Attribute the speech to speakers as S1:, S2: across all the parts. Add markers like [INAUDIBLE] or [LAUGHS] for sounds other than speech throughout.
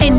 S1: En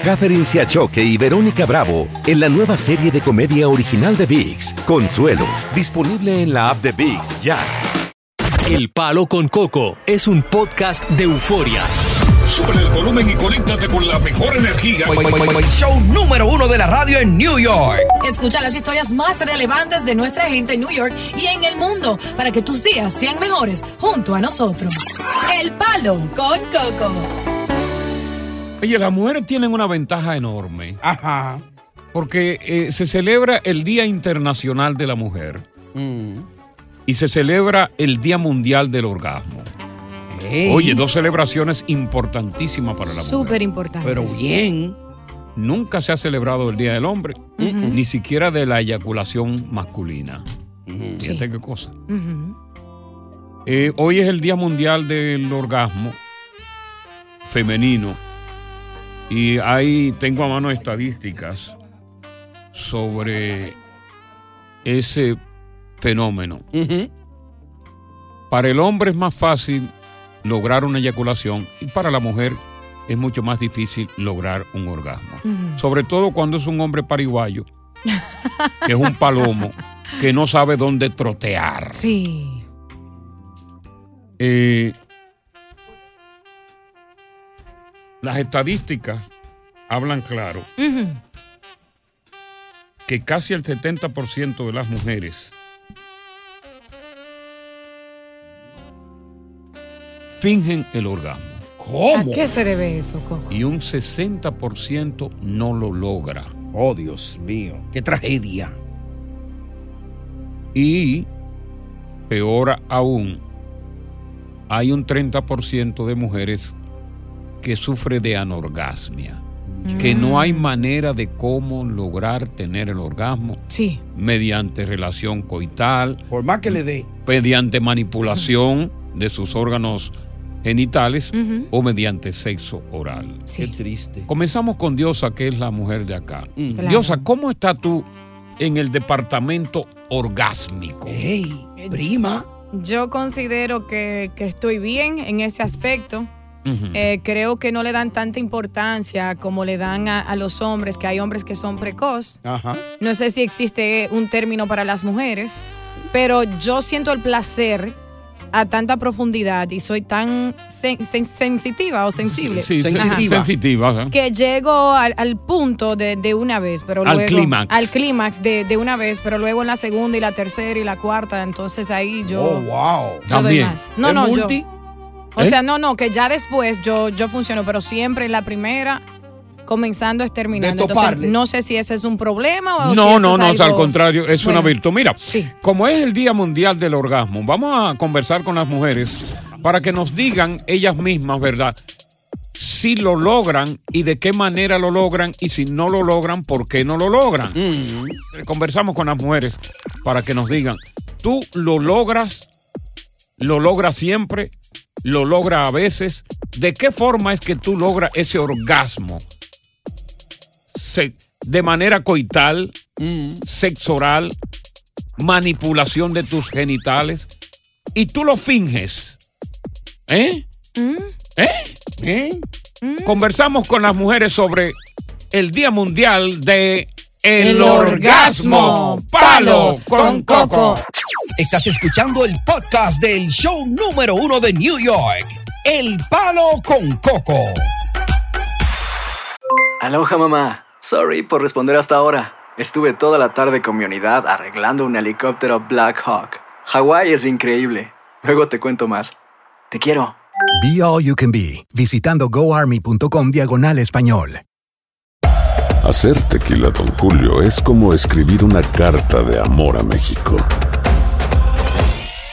S2: Catherine Siachoque y Verónica Bravo en la nueva serie de comedia original de VIX, Consuelo, disponible en la app de VIX ya.
S3: El Palo con Coco es un podcast de euforia.
S4: Sube el volumen y conéctate con la mejor energía.
S5: Show número uno de la radio en New York.
S6: Escucha las historias más relevantes de nuestra gente en New York y en el mundo para que tus días sean mejores junto a nosotros. El Palo con Coco.
S4: Oye, las mujeres tienen una ventaja enorme.
S7: Ajá.
S4: Porque eh, se celebra el Día Internacional de la Mujer y se celebra el Día Mundial del Orgasmo.
S5: Ey,
S4: Oye, dos celebraciones importantísimas para la mujer.
S6: Súper importante.
S5: Pero bien.
S4: Nunca se ha celebrado el Día del Hombre, ni siquiera de la eyaculación masculina.
S5: este-
S4: Fíjate qué cosa.
S6: Ujú.
S4: Eh, hoy es el Día Mundial del Orgasmo Femenino. Y ahí tengo a mano estadísticas sobre ese fenómeno.
S5: Ujú.
S4: Para el hombre es más fácil lograr una eyaculación y para la mujer es mucho más difícil lograr un orgasmo.
S6: Ujú.
S4: Sobre todo cuando es un hombre pariguayo, que es un palomo, que no sabe dónde trotear.
S6: Sí.
S4: Eh, las estadísticas hablan claro
S6: Ujú.
S4: que casi el 70% de las mujeres fingen el orgasmo
S6: ¿A
S5: ¿Cómo?
S6: qué se debe eso, Coco?
S4: y un 60% no lo logra.
S5: Oh, Dios mío. Qué tragedia.
S4: Y peor aún, hay un 30% de mujeres que sufre de anorgasmia, que no hay manera de cómo lograr tener el orgasmo
S6: Sí.
S4: mediante relación coital,
S5: Por más que le dé.
S4: mediante manipulación de sus órganos genitales
S6: Ujú.
S4: o mediante sexo oral.
S5: Qué
S6: Sí.
S5: triste.
S4: Comenzamos con Diosa, que es la mujer de acá.
S5: Mm.
S6: Claro.
S4: Diosa, ¿cómo estás tú en el departamento orgásmico?
S8: Eh,
S5: Ey, prima.
S8: Yo considero que, que estoy bien en ese aspecto.
S4: Ujú.
S8: Eh, creo que no le dan tanta importancia como le dan a, a los hombres, que hay hombres que son precoz.
S5: Ajá.
S8: No sé si existe un término para las mujeres, pero yo siento el placer a tanta profundidad y soy tan sen- sen- sensitiva o sensible
S4: Sí, sí,
S5: Sensitiva.
S4: sensitiva, ¿eh? ajá.
S8: que llego al, al punto de, de una vez, pero
S4: Al
S8: luego
S4: clímax.
S8: al clímax de, de una vez, pero luego en la segunda y la tercera y la cuarta, entonces ahí yo
S5: Oh, wow.
S8: yo doy
S4: También.
S8: más. No,
S5: ¿Es
S8: no, yo.
S5: multi?
S8: O
S4: ¿Eh?
S8: sea, no, no, que ya después yo, yo funciono, pero siempre en la primera, comenzando es terminando.
S5: De toparle.
S8: Entonces, no sé si ese es un problema o si
S4: No,
S8: eso
S4: no,
S8: es
S4: no,
S8: algo-
S4: al contrario, es una
S8: Bueno.
S4: virtud. Mira,
S8: Sí.
S4: como es el Día Mundial del Orgasmo, vamos a conversar con las mujeres para que nos digan ellas mismas, ¿verdad? Si lo logran y de qué manera lo logran y si no lo logran, ¿por qué no lo logran? Conversamos con las mujeres para que nos digan, ¿tú lo logras? ¿Lo logras siempre? ¿Lo logra a veces? ¿De qué forma es que tú logras ese orgasmo? Se- ¿De manera coital? sexo oral, manipulación de tus genitales y tú lo finges. ¿Eh? ¿Eh?
S5: ¿Eh?
S4: Mm. Conversamos con las mujeres sobre el Día Mundial de El,
S8: El
S4: orgasmo.
S8: Orgasmo.
S4: Palo con coco.
S5: Estás escuchando el podcast del show número uno de New York. El palo con coco.
S9: Aloha mamá. Sorry por responder hasta ahora. Estuve toda la tarde con mi unidad arreglando un helicóptero Black Hawk. Hawái es increíble. Luego te cuento más. Te quiero.
S3: Be All You Can Be, visitando goarmy.com diagonal español.
S10: Hacer tequila, Don Julio, es como escribir una carta de amor a México.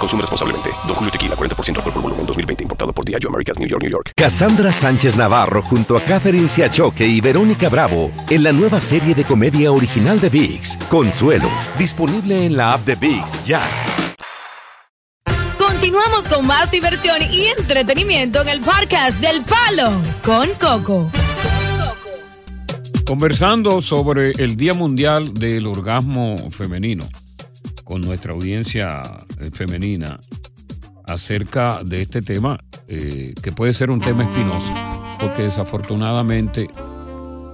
S7: Consume responsablemente. Don Julio Tequila, 40% alcohol por volumen, 2020. Importado por Diageo Americas, New York, New York.
S2: Cassandra Sánchez Navarro junto a Catherine Siachoque y Verónica Bravo en la nueva serie de comedia original de VIX, Consuelo, disponible en la app de VIX ya.
S6: Continuamos con más diversión y entretenimiento en el podcast del Palo con Coco.
S4: Conversando sobre el Día Mundial del Orgasmo Femenino con nuestra audiencia eh, femenina acerca de este tema eh, que puede ser un tema espinoso, porque desafortunadamente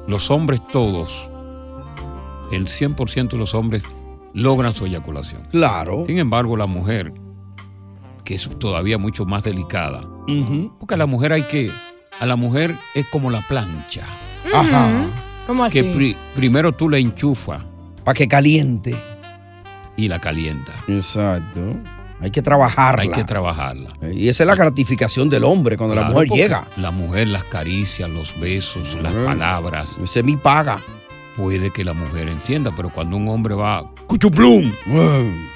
S4: los hombres todos, el 100% de los hombres logran su eyaculación.
S5: Claro.
S4: Sin embargo, la mujer, que es todavía mucho más delicada,
S5: Ujú.
S4: porque a la mujer hay que, a la mujer es como la plancha,
S5: Ajá.
S8: ¿Cómo así?
S4: [LAUGHS] que pri- primero tú la enchufas
S5: Para que caliente.
S4: y la calientas.
S5: Exacto. Hay que trabajarla.
S4: Hay que trabajarla.
S5: y esa es la gratificación del hombre cuando la
S4: Claro,
S5: mujer
S4: porque
S5: llega.
S4: La mujer, las caricias, los besos, las
S5: Ujú.
S4: palabras,
S5: Ese es mi paga.
S4: puede que la mujer encienda, pero cuando un hombre va cuchuplum,
S5: Mm,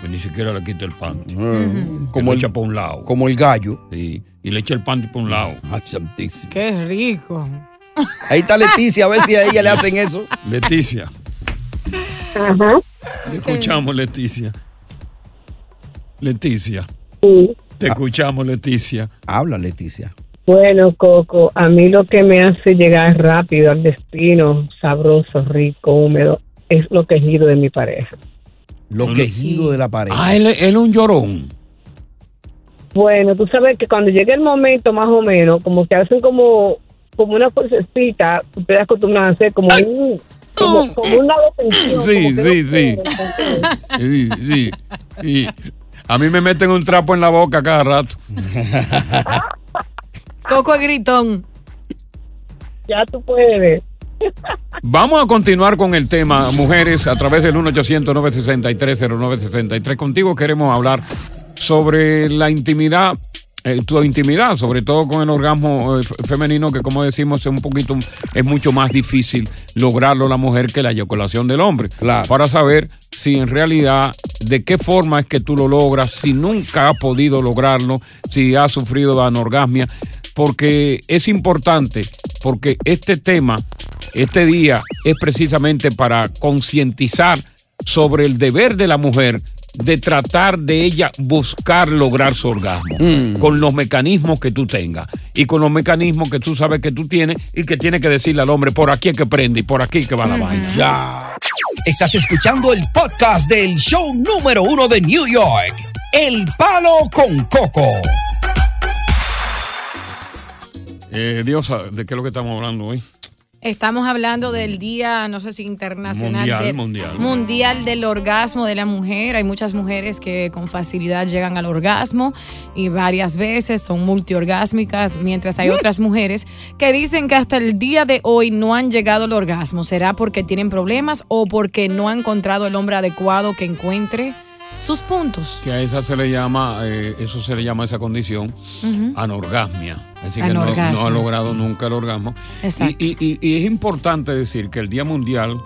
S4: pues ni siquiera le quita el panty.
S5: mm.
S4: Como
S5: Como
S4: echa
S5: el,
S4: para un lado.
S5: como el gallo.
S4: Sí, y le echa el panty para un lado.
S5: Ay, Ah, santísimo.
S8: Qué rico.
S5: Ahí está Leticia, a ver si a ella le hacen eso.
S4: Leticia. Te escuchamos, Leticia. Leticia.
S11: Sí.
S4: Te escuchamos, Leticia.
S5: Habla, Leticia.
S11: Bueno, Coco, a mí lo que me hace llegar rápido al destino, sabroso, rico, húmedo, es lo quejido de mi pareja.
S5: Los
S4: No, no.
S5: quejidos de la pareja.
S4: Ah, él, él es un llorón.
S11: Bueno, tú sabes que cuando llega el momento, más o menos, como que hacen como, como una fuercecita, ustedes acostumbran a hacer como, un, como, como una detención.
S4: Sí,
S11: como que
S4: sí,
S11: no
S4: sí.
S11: quieren, como que-
S4: Sí, sí, sí. A mí me meten un trapo en la boca cada rato.
S8: Coco es gritón.
S11: Ya tú puedes.
S4: Vamos a continuar con el tema, mujeres, a través del 1-800-963-0963. Contigo queremos hablar sobre la intimidad, eh, tu intimidad, sobre todo con el orgasmo eh, f- femenino, que como decimos es un poquito, es mucho más difícil lograrlo la mujer que la eyaculación del hombre.
S5: Claro.
S4: Para saber si en realidad, de qué forma es que tú lo logras, si nunca has podido lograrlo, si has sufrido de anorgasmia, porque es importante, porque este tema este día es precisamente para concientizar sobre el deber de la mujer de tratar de ella buscar lograr su orgasmo con los mecanismos que tú tengas y con los mecanismos que tú sabes que tú tienes y que tiene que decirle al hombre por aquí es que prende y por aquí es que va la vaina.
S5: Ya. Estás escuchando el podcast del show número uno de New York. El palo con coco.
S4: Eh, Diosa, ¿de qué es lo que estamos hablando hoy?
S8: Estamos hablando del día, no sé si internacional.
S4: Mundial,
S8: del-
S4: mundial.
S8: mundial del orgasmo de la mujer. Hay muchas mujeres que con facilidad llegan al orgasmo y varias veces son multiorgásmicas, mientras
S4: ¿Mm?
S8: hay otras mujeres que dicen que hasta el día de hoy no han llegado al orgasmo. ¿Será porque tienen problemas o porque no han encontrado el hombre adecuado que encuentre sus puntos?
S4: Que a esa se le llama, eh, eso se le llama esa condición,
S8: Ujú.
S4: anorgasmia. Así que no,
S8: Anorgasmia,
S4: no ha logrado
S8: sí.
S4: nunca el orgasmo.
S8: Exacto.
S4: Y, y- y- y es importante decir que el Día Mundial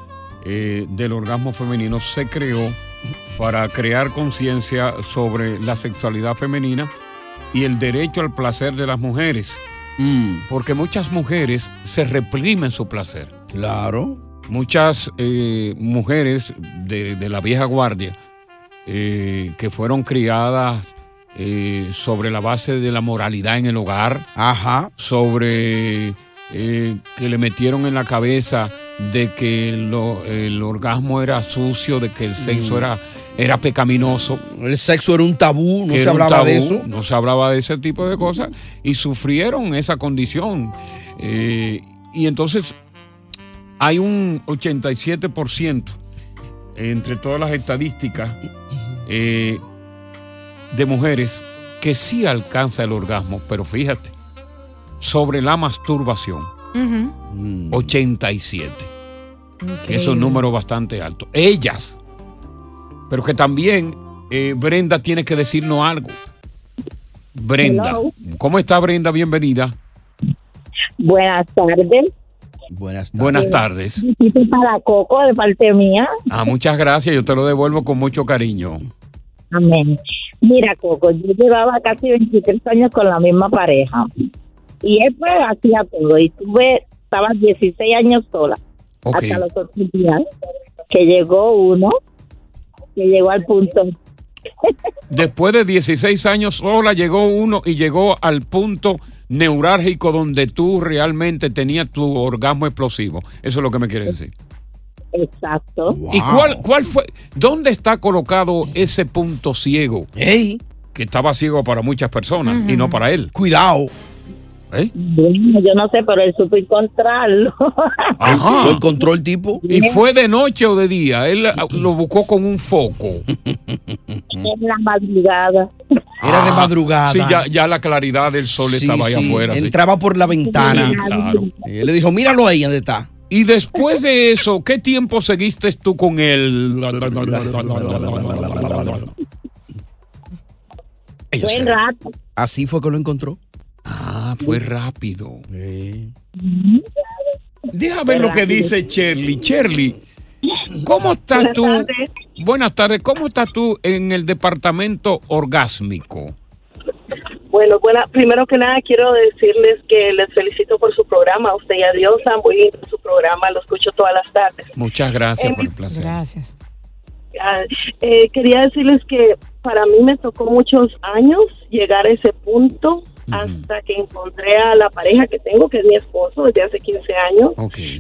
S4: eh, del Orgasmo Femenino se creó para crear conciencia sobre la sexualidad femenina y el derecho al placer de las mujeres, porque muchas mujeres se reprimen su placer.
S5: Claro.
S4: Muchas eh, mujeres de, de la vieja guardia eh, que fueron criadas eh, sobre la base de la moralidad en el hogar,
S5: Ajá.
S4: sobre eh, que le metieron en la cabeza de que lo- el orgasmo era sucio, de que el sexo era, era pecaminoso.
S5: El sexo era un tabú, no
S4: que
S5: se
S4: era un
S5: hablaba de
S4: tabú,
S5: eso.
S4: No se hablaba de ese tipo de cosas y sufrieron esa condición. Eh, y entonces hay un 87% entre todas las estadísticas eh, de mujeres que sí alcanza el orgasmo, pero fíjate, sobre la masturbación.
S8: Ujú.
S4: 87. Que es un
S8: Increíble.
S4: número bastante alto. Ellas. Pero que también eh, Brenda tiene que decirnos algo. Brenda.
S12: Hello.
S4: ¿Cómo está Brenda? Bienvenida.
S12: Buenas tardes.
S4: Buenas tardes. Buenas tardes.
S12: Besito para Coco de parte mía.
S4: Ah, muchas gracias, yo te lo devuelvo con mucho cariño.
S12: Amén. Mira, Coco, yo llevaba casi 23 años con la misma pareja. Y él pues hacía todo. Y tuve, estaba 16 años sola.
S4: Ok.
S12: Hasta los otros días. Que llegó uno, que llegó al punto.
S4: Después de 16 años sola llegó uno y llegó al punto neurálgico donde tú realmente tenías tu orgasmo explosivo. Eso es lo que me quieres decir.
S12: Exacto.
S4: ¿Y cuál, cuál fue? ¿Dónde está colocado ese punto ciego? Que estaba ciego para muchas personas y no para él. ¿eh? Cuidado.
S12: Bueno, yo no sé, pero él supo encontrarlo. [LAUGHS]
S4: Ajá. ¿El control tipo? ¿Y fue de noche o de día? Él ah, lo buscó con un foco.
S12: en la madrugada.
S4: Era de
S5: madrugada.
S4: Ah. Sí, ya, ya la claridad del sol
S5: Ah, Sí,
S4: estaba ahí
S5: sí,
S4: afuera. sí.
S5: Entraba por la ventana.
S4: Sí, claro.
S5: Él le dijo, míralo ahí donde está.
S4: Y después de eso, ¿qué tiempo seguiste tú con él?
S12: Buen rato.
S5: Así fue que lo encontró.
S4: Ah, fue rápido. Deja ver lo que dice Shirley. Shirley, ¿cómo estás
S12: Buenas
S4: tú?
S12: tardes.
S4: Buenas tardes, ¿cómo estás tú en el departamento orgásmico?
S13: Bueno, buena, primero que nada quiero decirles que les felicito por su programa. A usted y a Diosa, muy lindo su programa, lo escucho todas las tardes.
S4: Muchas gracias
S13: Eh,
S4: por el placer. Gracias.
S13: Ah, eh, quería decirles que para mí me tocó muchos años llegar a ese punto
S4: Mm.
S13: hasta que encontré a la pareja que tengo, que es mi esposo desde hace 15 años.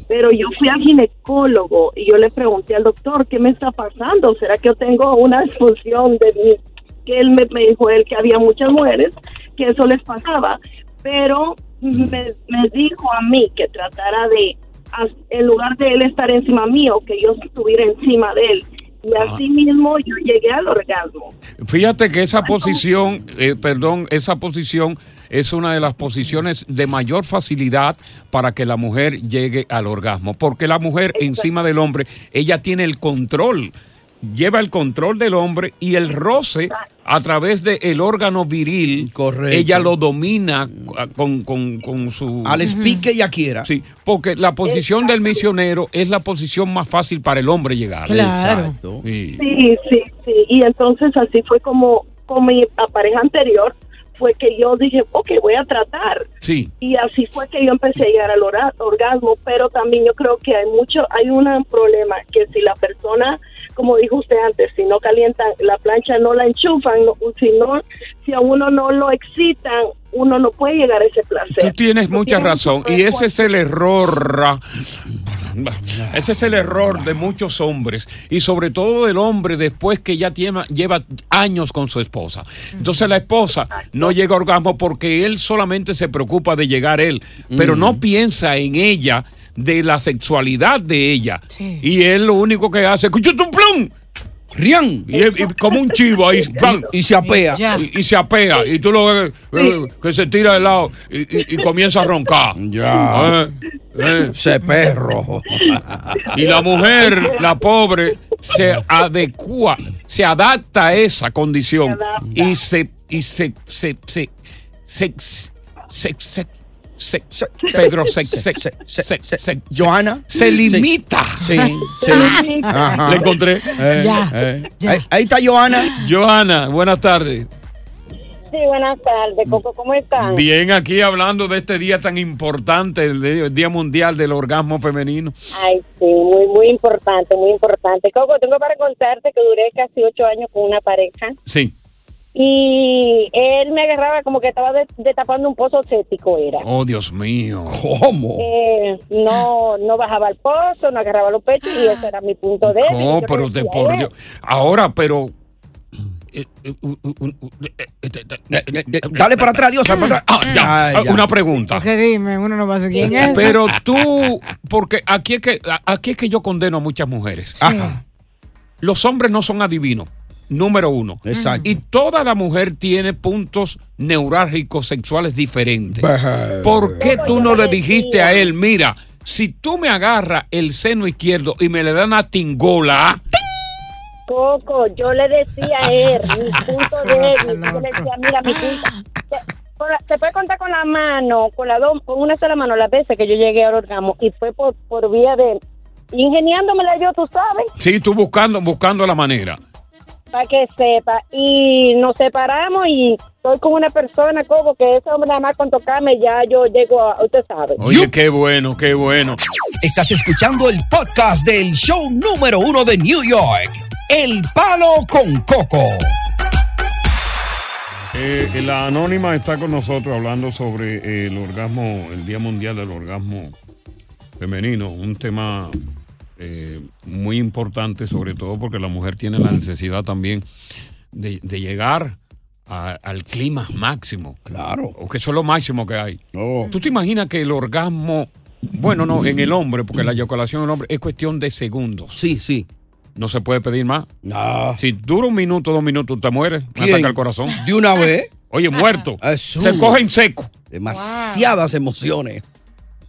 S13: Pero yo fui al ginecólogo y yo le pregunté al doctor, ¿qué me está pasando? ¿Será que yo tengo una disfunción de mí? Que él me, me dijo él que había muchas mujeres que eso les pasaba, pero me, me dijo a mí que tratara de, as- en lugar de él estar encima mío, que yo estuviera encima de él. Y así mismo yo llegué al orgasmo.
S4: Fíjate que esa posición, eh, perdón, esa posición es una de las posiciones de mayor facilidad para que la mujer llegue al orgasmo, porque la mujer encima del hombre, ella tiene el control, lleva el control del hombre y el roce a través del órgano viril, ella lo domina ah, con, con- con su...
S5: Al espique y aquí era.
S4: Sí, porque la posición del misionero es la posición más fácil para el hombre llegar.
S13: Claro.
S4: Exacto. Sí.
S13: Sí, sí, sí. Y entonces así fue como con mi pareja anterior, fue que yo dije, ok, voy a tratar.
S4: Sí.
S13: Y así fue que yo empecé a llegar al ora- orgasmo, pero también yo creo que hay mucho, hay un problema, que si la persona, como dijo usted antes, si no calientan la plancha, no la enchufan, no- si, no, si a uno no lo excitan, uno no puede llegar a ese placer.
S4: Tú tienes mucha razón y ese es el error. Ese es el error de muchos hombres y sobre todo del hombre después que ya tiene- lleva años con su esposa. Entonces la esposa no llega a orgasmo porque él solamente se preocupa de llegar él, pero no piensa en ella, de la sexualidad de ella. Y él lo único que hace es plum. ¡Rian! Y, y como un chivo [LAUGHS] ahí, ¡pam! Y se
S5: apea. Ya.
S4: Y, y se apea. Y tú lo ves eh, que se tira de lado y, y- y comienza a roncar.
S5: Ya.
S4: Eh, eh.
S5: Ese perro.
S4: Y la mujer, la pobre, se adecua, se adapta a esa condición y se y se se se se se se se- Pedro se se se se
S5: Johanna.
S4: se limita.
S5: Sí, [LAUGHS] sí. Ajá.
S4: Le encontré.
S5: Eh, Ya, eh. Ahí, ahí está Johanna.
S4: Johanna, buenas tardes.
S14: Sí, buenas tardes, Coco, ¿cómo están?
S4: Bien, aquí hablando de este día tan importante, el Día- el Día Mundial del Orgasmo Femenino.
S14: Ay, sí, muy, muy importante, muy importante. Coco, tengo para contarte que duré casi ocho años con una pareja
S4: Sí.
S14: y él me agarraba como que estaba de- destapando un pozo séptico, era.
S4: Oh, Dios mío. ¿Cómo?
S14: Eh, no, no bajaba el pozo, no agarraba los pechos y ese era mi punto de
S4: No, pero de por Dios. Ahora, pero. eh, eh, u- u- u- eh, eh, eh, eh, eh,
S5: Dale para atrás, Dios, para atrás.
S4: Ah, ya.
S5: Ay,
S4: Ah,
S5: ya.
S4: Una pregunta.
S8: Que dime, uno no va a ser quién es.
S4: Pero tú, porque aquí es que a- aquí es que yo condeno a muchas mujeres. Ajá. Los hombres no son adivinos. Número uno. Exacto. Y toda la mujer tiene puntos neurálgicos sexuales diferentes. ¿Por qué tú no le dijiste a él, mira, si tú me agarras el seno izquierdo y me le das una tingola,
S14: Coco, yo le decía a él mi punto débil. Yo le decía, mira, mi punto. Con la- se puede contar con la mano, con la do- con una sola mano las veces que yo llegué al orgasmo y fue por, por vía de ingeniándomela yo, tú sabes,
S4: Sí, tú buscando, buscando la manera.
S14: para que sepa. Y nos separamos y estoy con una persona, como que ese hombre nada más con tocarme ya yo llego a, usted sabe.
S4: Oye, qué bueno, qué bueno.
S5: Estás escuchando el podcast del show número uno de New York, El Palo con Coco.
S4: Eh, la anónima está con nosotros hablando sobre eh, el orgasmo, el Día Mundial del Orgasmo Femenino, un tema eh, muy importante, sobre todo porque la mujer tiene la necesidad también de, de llegar a- al clima máximo. Claro. O que eso es lo máximo que hay. ¿Tú te imaginas que el orgasmo, bueno, no, en el hombre, porque la eyaculación del hombre es cuestión de segundos. Sí, sí. No se puede pedir más. Si dura un minuto, dos minutos, te mueres, me
S5: ¿Quién?
S4: ataca el corazón.
S5: De una vez.
S4: Oye, muerto.
S5: Te
S4: Te cogen seco.
S5: Demasiadas emociones.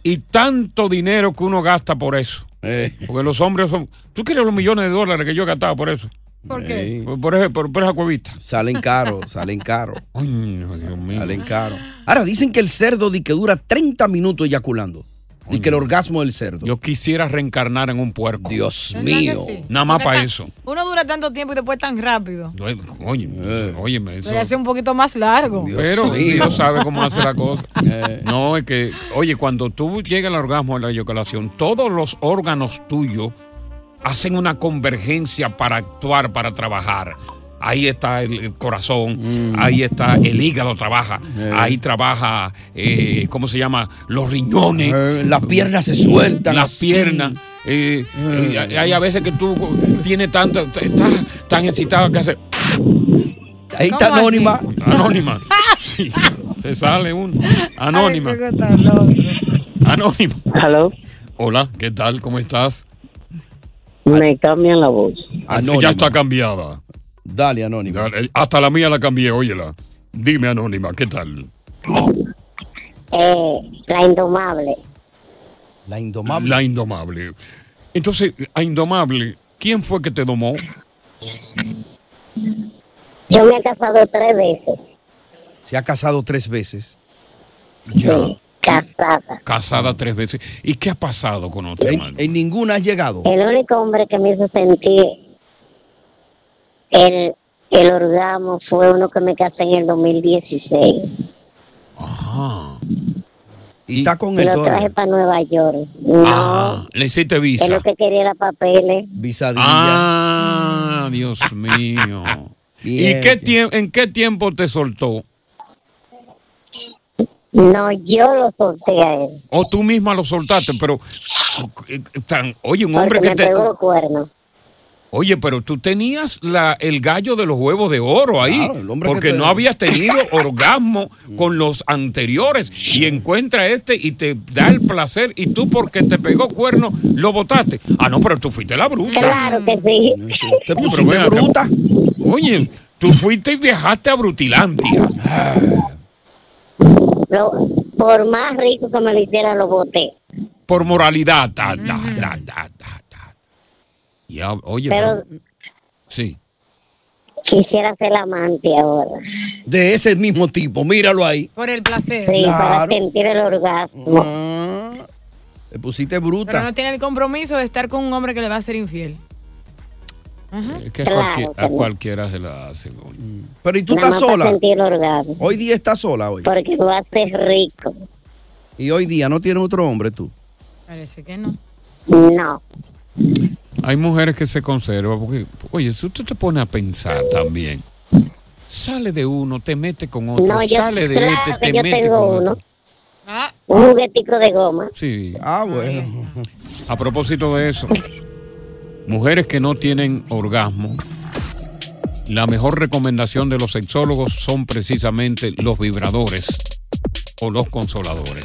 S4: Y tanto dinero que uno gasta por eso.
S5: Eh,
S4: Porque los hombres son. ¿Tú quieres los millones de dólares que yo he gastado por eso?
S8: ¿Por qué?
S4: Por, por, ese- por- por esa cuevita.
S5: eh, Salen caros, salen caros. Salen caros. Ahora, dicen que el cerdo di que dura 30 minutos eyaculando. Y que el orgasmo del cerdo.
S4: Yo quisiera reencarnar en un puerco.
S5: Dios
S8: ¿Verdad que
S5: mío.
S8: sí?
S4: Nada más
S8: ¿Verdad?
S4: para eso.
S8: Uno dura tanto tiempo y después tan rápido.
S4: Oye, oye, óyeme, eso.
S8: Debería ser un poquito más largo.
S4: Pero Dios Eh. sabe cómo hace la [LAUGHS] cosa. No, es que, oye, cuando tú llegas al orgasmo de la eyaculación, todos los órganos tuyos hacen una convergencia para actuar, para trabajar. Ahí está el el corazón, ahí está el hígado trabaja, ahí trabaja, eh, ¿cómo se llama? Los riñones.
S5: las piernas se sueltan
S4: Las
S5: así.
S4: piernas. eh, eh, hay- hay a veces que tú tienes tanta, estás tan excitado que hace.
S5: Ahí está ¿Cómo así? Anónima.
S4: [LAUGHS] Anónima. Sí, se sale uno. Anónima. Anónima.
S15: Hello.
S4: Hola, ¿qué tal? ¿Cómo estás?
S15: Me cambian la voz.
S4: Ya está cambiada. eh,
S5: Dale, Anónima.
S4: Hasta la mía la cambié, óyela. Dime, Anónima, ¿qué tal?
S15: Eh, la indomable.
S5: La indomable.
S4: La indomable. Entonces, a indomable, ¿quién fue que te domó?
S15: Yo me he casado tres veces.
S5: Se ha casado tres veces.
S4: Ya.
S15: Casada.
S4: Casada tres veces. ¿Y qué ha pasado con otra, hermano?
S5: En ninguna has llegado.
S4: Oh,
S15: El único hombre que me hizo sentir el, el orgasmo fue uno que me casé en el 2016. Ah.
S5: Y está con el
S15: Lo traje
S5: dólar.
S15: para Nueva York. No,
S4: Ah, le hiciste visa.
S15: él lo que quería era papeles.
S5: Visadilla.
S4: Ah, Dios mío. ¿Y
S15: Bien.
S4: qué tiemp- en qué tiempo te soltó?
S15: No, yo lo solté a él.
S4: O tú misma lo soltaste, pero eh, tan- oye, un hombre
S15: porque
S4: que
S15: me
S4: te
S15: pegó los cuernos.
S4: Oye, pero tú tenías la, el gallo de los huevos de oro ahí,
S5: que te-
S4: porque no habías
S5: [LAUGHS]
S4: tenido orgasmo con los anteriores y encuentra este y te da el placer y tú porque te pegó cuerno lo botaste. Ah, no, pero tú fuiste la bruta.
S15: Claro que sí.
S5: Te
S4: pusiste bruta. Oye, tú fuiste y viajaste a Brutilandia.
S15: Lo- por más rico que me lo hiciera, lo boté.
S4: por moralidad. ta, ta, ta, ta, ta, ta. Ya, oye,
S15: Pero-
S4: pero- sí.
S15: Quisiera ser amante ahora.
S5: De ese mismo tipo, míralo ahí.
S8: Por el placer.
S15: Sí, para sentir el orgasmo.
S5: Te Ah. pusiste
S8: Pero
S5: bruta.
S8: no tiene el compromiso de estar con un hombre que le va a ser infiel. Ajá.
S4: Es que a,
S8: Claro
S4: cualquier-
S8: que
S4: a
S8: no.
S4: cualquiera se la hace. oye.
S5: Pero ¿y tú
S15: Nada
S5: estás
S15: más para
S5: sola?
S15: sentir el orgasmo.
S5: Hoy día estás sola hoy.
S15: Porque lo haces rico.
S5: Y hoy día no tienes otro hombre tú.
S8: Parece que no.
S15: No.
S4: Hay mujeres que se conservan porque, oye, si tú te pones a pensar también, sale de uno, te mete con otro,
S15: No, yo,
S4: sale de
S15: claro
S4: este,
S15: que
S4: te
S15: yo
S4: mete
S15: tengo
S4: con
S15: uno.
S4: otro.
S8: Ah.
S15: Un juguetico de goma.
S4: Sí.
S5: Ah, bueno.
S4: A propósito de eso, mujeres que no tienen orgasmo, la mejor recomendación de los sexólogos son precisamente los vibradores o los consoladores.